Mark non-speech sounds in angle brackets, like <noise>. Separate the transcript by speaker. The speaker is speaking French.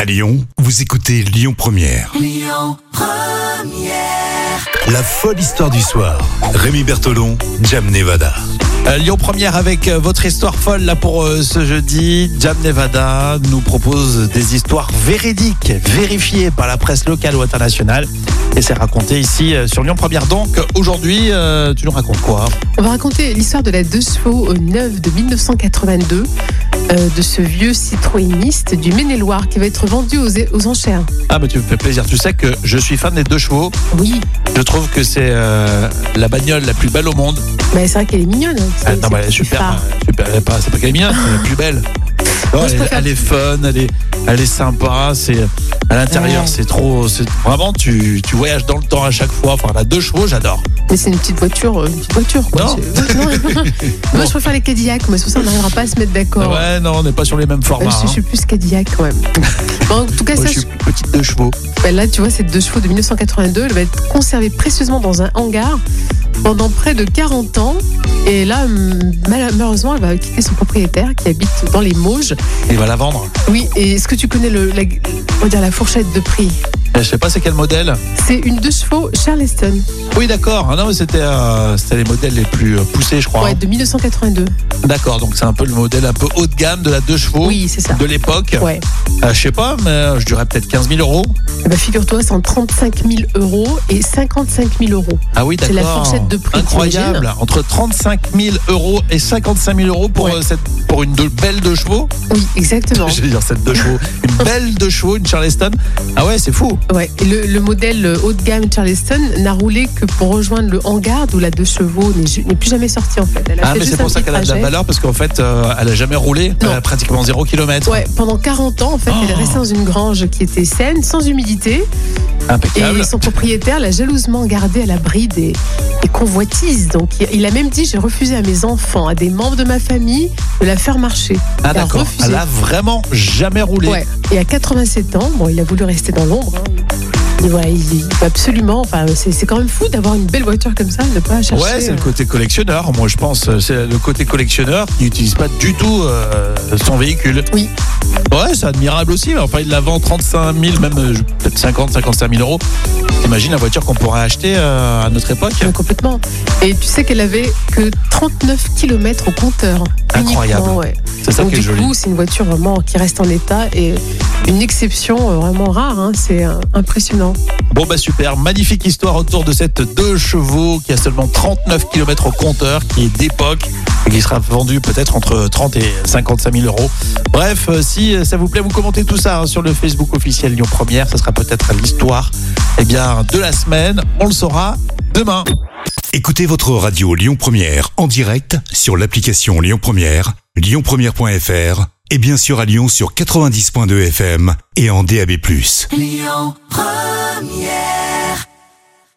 Speaker 1: À Lyon, vous écoutez Lyon Première. Lyon Première. La folle histoire du soir. Rémi Bertolon, Jam Nevada.
Speaker 2: Euh, Lyon Première avec euh, votre histoire folle là pour euh, ce jeudi. Jam Nevada nous propose des histoires véridiques, vérifiées par la presse locale ou internationale. Et c'est raconté ici euh, sur Lyon Première. Donc euh, aujourd'hui, euh, tu nous racontes quoi
Speaker 3: On va raconter l'histoire de la deux chevaux euh, neuve de 1982, euh, de ce vieux citroëniste du Maine-et-Loire qui va être vendu aux, aux enchères.
Speaker 2: Ah mais tu me fais plaisir. Tu sais que je suis fan des deux chevaux.
Speaker 3: Oui,
Speaker 2: Je trouve que c'est euh, la bagnole la plus belle au monde.
Speaker 3: mais c'est vrai qu'elle est mignonne. hein. C'est-
Speaker 2: Ah, non
Speaker 3: c'est-
Speaker 2: mais elle est
Speaker 3: c'est
Speaker 2: super,
Speaker 3: phare.
Speaker 2: euh, super. Elle est pas, c'est pas qu'elle est mignonne, c'est la plus belle. Non,
Speaker 3: Moi, je
Speaker 2: elle,
Speaker 3: préfère-
Speaker 2: elle est fun, elle est, elle est sympa. C'est à l'intérieur,
Speaker 3: Ouais.
Speaker 2: c'est trop. C'est vraiment tu, tu voyages dans le temps à chaque fois. Enfin, la deux chevaux, j'adore.
Speaker 3: Mais c'est une petite voiture, euh, une petite voiture quoi.
Speaker 2: Non.
Speaker 3: C'est- Non. Moi je préfère les Cadillacs, mais sur ça on n'arrivera pas à se mettre d'accord.
Speaker 2: <laughs> Ouais, non, on n'est pas sur les mêmes
Speaker 3: Euh,
Speaker 2: formats.
Speaker 3: je, je suis
Speaker 2: hein.
Speaker 3: plus Cadillac quand même. <laughs> en tout cas,
Speaker 2: Moi,
Speaker 3: ça,
Speaker 2: je suis petite deux chevaux.
Speaker 3: Ben là, tu vois, cette deux chevaux de 1982, elle va être conservée précieusement dans un hangar pendant près de 40 ans. Et là, hum, mal- malheureusement, elle va quitter son propriétaire qui habite dans les Mauges.
Speaker 2: Il va la vendre.
Speaker 3: Oui, et est-ce que tu connais le, la, on va dire la fourchette de prix
Speaker 2: Eh, Je sais pas c'est quel modèle.
Speaker 3: C'est une deux chevaux Charleston,
Speaker 2: Oui, d'accord. Ah Non, mais c'était euh, c'était les modèles les plus euh, poussés, je crois.
Speaker 3: ouais, de 1982.
Speaker 2: D'accord, donc c'est un peu le modèle un peu haut de gamme de la deux chevaux
Speaker 3: Oui, c'est ça.
Speaker 2: de l'époque.
Speaker 3: Ouais.
Speaker 2: Euh, je sais pas, mais euh, je dirais peut-être 15 000 euros.
Speaker 3: Eh ben, Figure-toi, c'est en 35 000 euros et 55 000 euros.
Speaker 2: Ah oui,
Speaker 3: C'est
Speaker 2: d'accord.
Speaker 3: la fourchette de prix,
Speaker 2: Incroyable. Entre 35 000 euros et 55 000 euros pour,
Speaker 3: Ouais.
Speaker 2: euh, cette, pour une deux- belle deux chevaux.
Speaker 3: Oui,
Speaker 2: <laughs>
Speaker 3: exactement.
Speaker 2: Je veux dire, cette deux chevaux. Une belle deux chevaux, une Charleston. Ah ouais, c'est fou.
Speaker 3: Ouais, et le, le modèle euh, haut de gamme Charleston n'a roulé que pour rejoindre le hangar d'où la deux chevaux n'est ju- n'est plus jamais sortie en fait. Elle a
Speaker 2: Ah,
Speaker 3: fait
Speaker 2: mais
Speaker 3: juste
Speaker 2: c'est
Speaker 3: un
Speaker 2: pour ça
Speaker 3: petit
Speaker 2: qu'elle a de la
Speaker 3: trajet.
Speaker 2: valeur parce qu'en fait, euh, elle a jamais roulé. Elle
Speaker 3: Non.
Speaker 2: a pratiquement 0 km.
Speaker 3: Ouais, pendant 40 ans en fait, elle est
Speaker 2: Oh.
Speaker 3: restée dans une grange qui était saine, sans humidité,
Speaker 2: Impeccable.
Speaker 3: et son propriétaire l'a jalousement gardée à l'abri des, des convoitises. Donc il- il a même dit j'ai refusé à mes enfants, à des membres de ma famille, de la faire marcher.
Speaker 2: Ah
Speaker 3: elle a
Speaker 2: d'accord.
Speaker 3: refusé.
Speaker 2: Elle a vraiment jamais roulé.
Speaker 3: Ouais. Et à 87 ans, bon, il a voulu rester dans l'ombre. hein. Et voilà, il, il- absolument. Enfin, c'est c'est quand même fou d'avoir une belle voiture comme ça, ne pas chercher.
Speaker 2: Ouais, c'est
Speaker 3: euh,
Speaker 2: le côté collectionneur. Moi, je pense euh, c'est le côté collectionneur qui n'utilise pas du tout euh, son véhicule.
Speaker 3: Oui.
Speaker 2: Ouais, c'est admirable aussi. Enfin, il la vend 35 000, même euh, peut-être 50, 55 000 euros. T'imagines la voiture qu'on pourrait acheter euh, à notre époque
Speaker 3: Mais complètement. Et tu sais qu'elle avait que 39 km au compteur.
Speaker 2: Incroyable.
Speaker 3: Uniquement, ouais.
Speaker 2: C'est ça
Speaker 3: Donc
Speaker 2: qui est
Speaker 3: du
Speaker 2: joli.
Speaker 3: coup, c'est une voiture vraiment qui reste en état et une exception euh, vraiment rare. hein. C'est euh, impressionnant.
Speaker 2: Bon, bah super. Magnifique histoire autour de cette deux chevaux qui a seulement 39 km au compteur, qui est d'époque et qui sera vendue peut-être entre 30 et 55 000 euros. Bref, euh, si euh, ça vous plaît, vous commentez tout ça hein, sur le Facebook officiel Lyon Première. Ça sera peut-être l'histoire eh bien, de la semaine. On le saura demain.
Speaker 1: Écoutez votre radio Lyon Première en direct sur l'application Lyon Première, lyonpremière.fr et bien sûr à Lyon sur 90.2 FM et en DAB+.